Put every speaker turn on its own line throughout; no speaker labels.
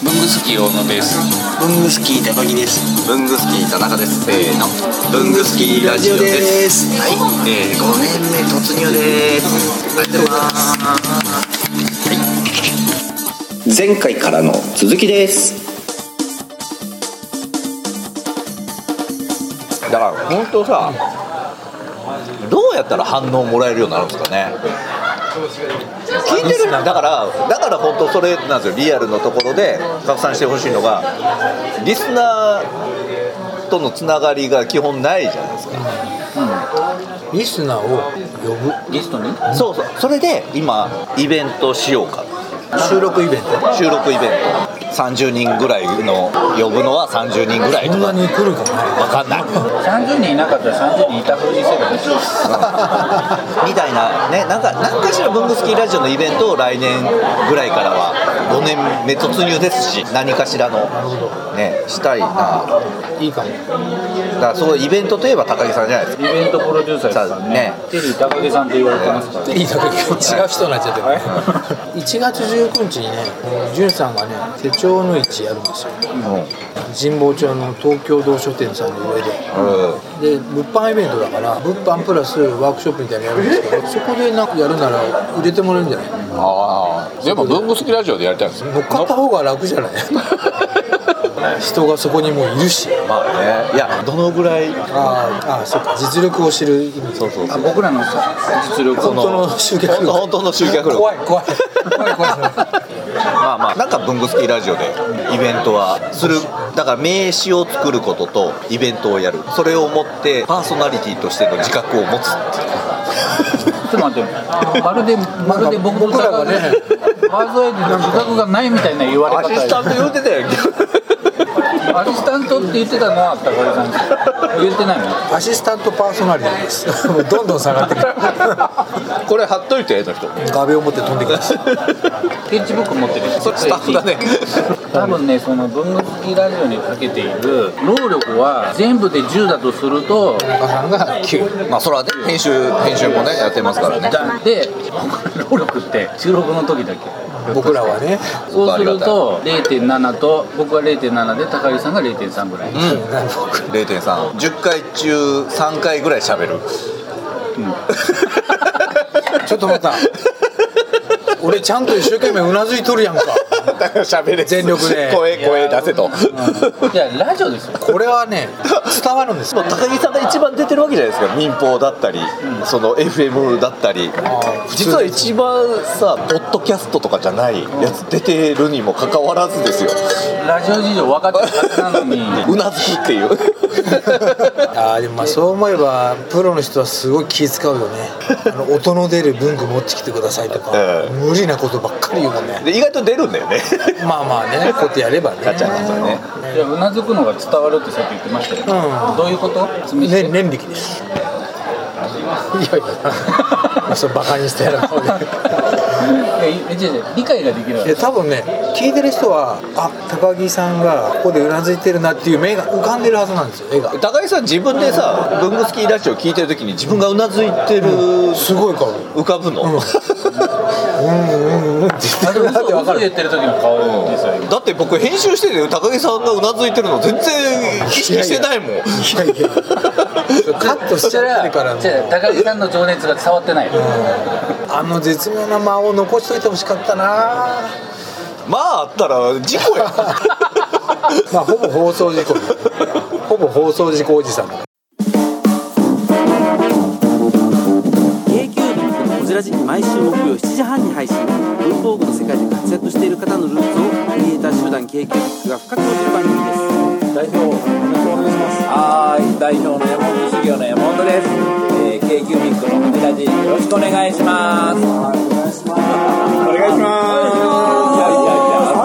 ングスキー大野です
文具スキー高木です。
ブングスキー田中です。せーの。ブングスキーラジオです。
す。
はい。えー、5年目突入です。ありがとうございます。前回からの続きです。だから本当さ、どうやったら反応もらえるようになるんですかね。聞いてるだからだから本当それなんですよリアルのところで拡散してほしいのがリスナーとのつながりが基本ないじゃないですか
リスナーを呼ぶ
リストにそうそうそれで今イベントしようか
収録イベント
収録イベント30人ぐらいの呼ぶのは30人ぐらい
そ
と
んな
か
に来るか
分か
な
んない
30人いなかったら30人いたふうにすればいい
みたいなねなんか何かしら文具好きラジオのイベントを来年ぐらいからは5年目突入ですし何かしらのねしたいない
いかも
だからそうイベントといえば高木さんじゃないですか
イベントプロデューサーですからね
ね
テリー高木さんって言われてますから、
いいだけど違う人になっちゃってる1月19日にねじゅんさんがね手帳の市やるんですよ神保町の東京道書店さんの上で
うん、
で物販イベントだから物販プラスワークショップみたいなのやるんですけどそこでなんかやるなら入れてもらえるんじゃない
ああでも文具好きラジオでやりたいんですよ
乗っかった方が楽 じゃない人がそこにもういるし
まあねいやどのぐらい
あーあーそっか実力を知る意味そうそう
あ僕らのさ実力
そ
本当の集客力
本当の集客力
怖い怖い怖い怖い
まあまあなんか文具好きラジオでイベントはするだから名刺を作ることとイベントをやるそれを持ってパーソナリティとしての自覚を持つっていう
ちょっと待ってまるでまるで僕の
僕らがね
数えてなんか自覚がないみたいな言われ
ア
方
シスタント言うてた やんけ
アシスタントって言ってたのは高木さんです言ってないの
アシスタントパーソナリティですもうどんどん下がってく
これ貼っといての人
る画面を持って飛んでくるし
ピッチブック持ってる人
それスタッフだね
多分ねその文具好きラジオにかけている労力は全部で10だとすると
お母さんが9
まあそれはね編集編集もねやってますからね
だで労力って収録の時だけ
僕らはね
そうすると0.7と僕は0.7で高木さんが0.3ぐらい、
0.310回中3回ぐらい喋 る
ちょっと待った俺ちゃんと一生懸命うなずいとるやんか
だから喋れ
全力で
声声出せと
いやラジオですよ
これはね伝わるんですよ
高木さんが一番出てるわけじゃないですか民放だったり、その FM だったり
ー
実は一番さポッドキャストとかじゃないやつ出てるにもかかわらずですよ
ラジオ事情分かってるはずなのに
うなずくっていう
あーでもまあそう思えばプロの人はすごい気使うよねあの音の出る文具持ってきてくださいとか、
う
無理なことばっかり言うもんね
で意外と出るんだ よね
まあまあねこうやってやればね
ガチャガチャね
いやうなずくのが伝わるってさっき言ってましたよ、
う
どう いうこと詰
ね
め
念力ですいやいやそうバカにしたやら顔で
いやいや違う違う理解ができるわ
い
け
や多分ね聞いてる人はあ高木さんがここでうなずいてるなっていう目が浮かんでるはずなんですよ絵が
高木さん自分でさ文具好きラジオ聞いてる時に自分がうなずいてる、
すごい顔
浮かぶの、
あでも嘘嘘言ってる時の顔ですよ 今
だって僕編集してて高木さんがうなずいてるの全然意識してないもん
いやいやカットしち
それ
ゃっ
は
てるからもう
じゃあ高木さんの情熱が伝わってない、
あの絶妙な間を残しといてほしかったな
まああったら事故や
まあほぼ放送事故ほぼ放送事故おじさんだから
k q b のこじらじ毎週木曜7時半に配信文房具の世界で活躍している方のルーツをクリエイター集団 k q b が深く落る番組です
代表お願いしますはい代表の山本修行の山本です、えー、k q ミックの藤田じよろしくお願いしますはいお願いしますお願いしま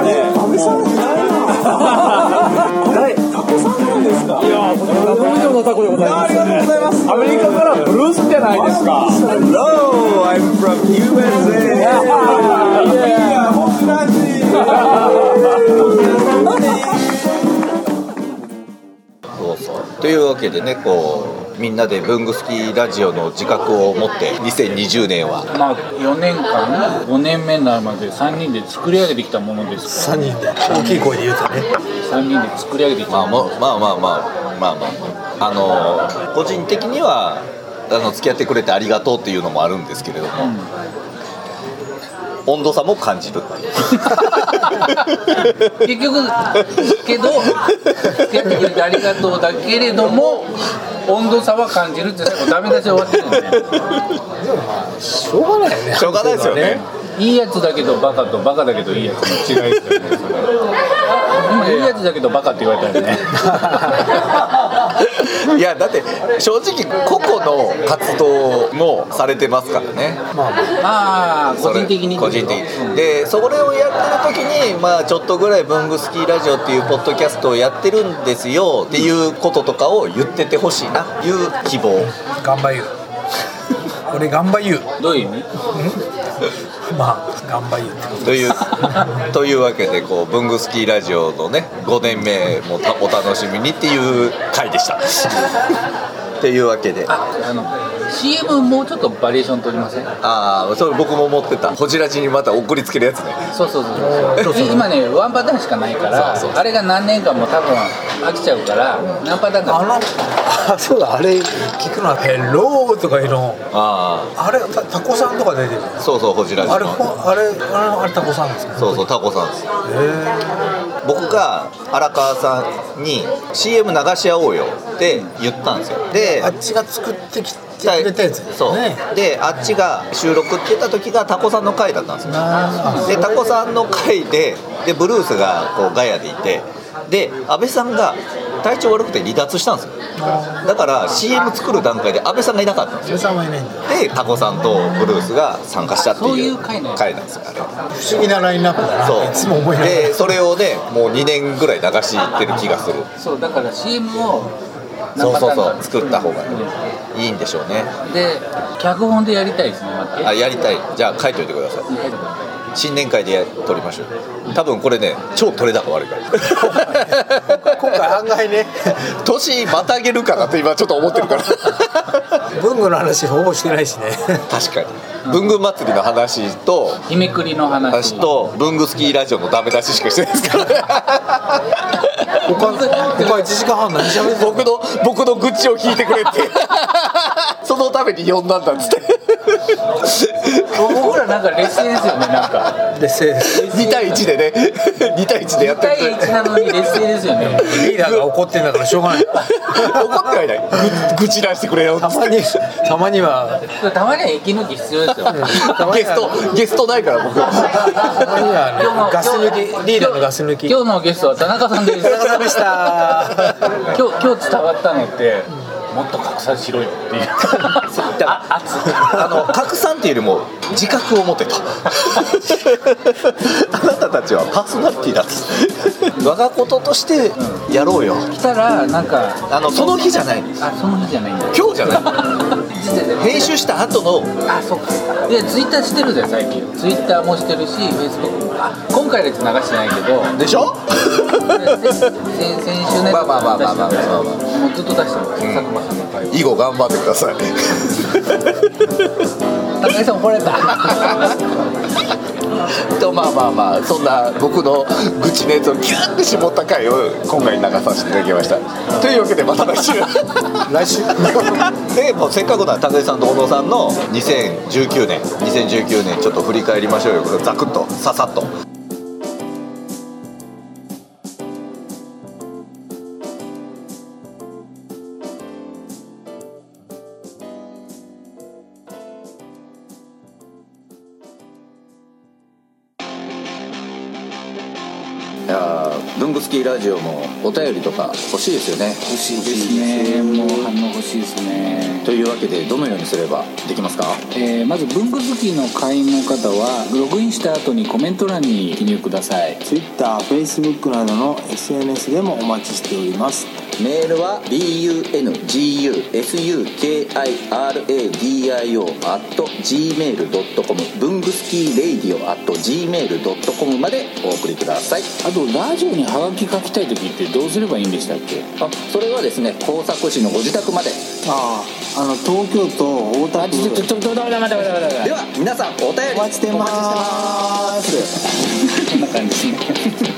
すいやいやいやあれさんじゃないな誰タコさんなんですかいやこちら本庄のタコでございますありがとうございますアメリカからブルースじゃないですか Hello I'm from USA いや僕ら
そうそうというわけでねこみんなで文具好きラジオの自覚を持って2020年は
まあ4年間5年目になるまで3人で作り上げてきたものですか
3人で大きい声で言うとね
ら3人で作り上げてきた
まあ
もの
もうまあまあまあまあまああの個人的にはあの付き合ってくれてありがとうっていうのもあるんですけれども、温度差も感じるっていう
結局けど付き合ってくれてありがとうだけれども温度差は感じるって最後ダメ出しで終わってるよね
しょうがないよね
しょうがないですよね
いいやつだけどバカとバカだけどいいやつの違いですよねそれ今いいやつだけどバカって言われたよ ね
いやだって正直個々の活動もされてますからね
まあまあ
ああ個
それ
人的に
個人的にでそれをやってる時にまあちょっとぐらい「文具スキーラジオ」っていうポッドキャストをやってるんですよっていうこととかを言っててほしいないう希望
頑張言う俺頑張言う
どういう意味
まあ頑張言うってこと
と いうというわけでこう文具スキーラジオのね5年目もたお楽しみにっていう回でした っていうわけであ
あの CM もうちょっとバリエーション取りません
あーそれ僕も思ってたホジラジにまた送りつけるやつね
そうそうそうそうえ今ねワンパターンしかないからあれが何年間も多分飽きちゃうから何パターン
あ
か
のあそうだあれ聞くのは「ヘロー」とかいうの
あ
あれたタコさんとか出てる
あそうそうホジラジ
あれ
の
ほあれあのあれタコさんですか
そうそうタコさんです
へえ
僕が荒川さんに CM 流し合おうよって言ったんですよで
あっちが作ってきてくれたやつです
そう
ね
であっちが収録って言った時がタコさんの回だったんですよ
あ
でタコさんの回ででブルースがこうガヤでいてで安倍さんが体調悪くて離脱したんですよだから CM 作る段階で安倍さんがいなかったんです
それさんはいないんだ
よでタコさんとブルースが参加したって
そうい
いうう回
回なん
な
や
んですよあれ
不思議なラインナップだないつも思いながら
でそれをねもう2年ぐらい流し行ってる気がする
そうだから CM を
そ
何
う
パタ
そ
ー
う
ンか
そう作った方がいいんでしょうね
で脚本でやりたいですね待って
あやりたいじゃあ書いといてください新年会で撮りましょう多分これね超撮れ高悪いから
今回案外ね
年またげるかなって今ちょっと思ってるから
文具の話ほぼしてないしね
確かに文具祭りの話と
日めくりの話
話と文具スキーラジオのダメ出ししかしてないですからね
他他1時間半何しゃべってんの
僕の僕の愚痴を聞いてくれって そのために呼んだんだっつって
僕らなんか劣勢ですよねなんか
でせ
2対1でね2対1でや
1
って
対
る
1なのに劣勢ですよね
リーダーが怒ってんだからしょう がない
怒ってはいない愚愚痴出してくれよ
たまにたまには
たまには息抜き必要ですよ
たま
ゲ
には
ストゲストないから僕
たまにはね
今日も
ガス抜きリーダーのガス抜き
今日のゲストは田中さんです
お疲れ様でした
今日今日伝わったのってもっと拡散しろよっていうあ圧
あの拡散っていうよりも自覚を 持てとあなたたちはパーソナリティだと我がこととしてやろうよ
来たらなんか
あのその日じゃない
あその日じゃないんだ
今日じゃない編集した後の
あそうかでツイッターしてるじゃん最近ツイッターもしてるしフェイスブックもあ今回のやつ流してないけど
で しょ
でせ先先週のやつ
まあまあまあまあまあ
出してるからもうずっと出してるから佐久間さんの会話
以後頑張ってください
高井さん怒られた
とまあまあまあそんな僕の愚痴熱をギュッて絞った回を今回流させていただきましたというわけでまた来週
来週
でもうせっかくなら高井さんと小野さんの2019年2019年ちょっと振り返りましょうよざくっとささっと
いやー文具好きラジオもお便りとか欲しいですよね
欲しいですねもう反応欲しいですね
というわけでどのようにすればできますか
えーまず文具好きの会員の方はログインした後にコメント欄に記入ください
TwitterFacebook などの SNS でもお待ちしております
メールは bunguskiradio.gmail.com 文具スキーレイディオ at gmail.com までお送りください
あとラジオにハガキ書きたい時ってどうすればいいんでしたっけ
あそれはですね工作士のご自宅まで
あああの東京都大田
あちょ
区
ちょちょちょ待って待って待って待って
では皆さんお便り
お待ちしてます
お待ちしてます
こんな感じですね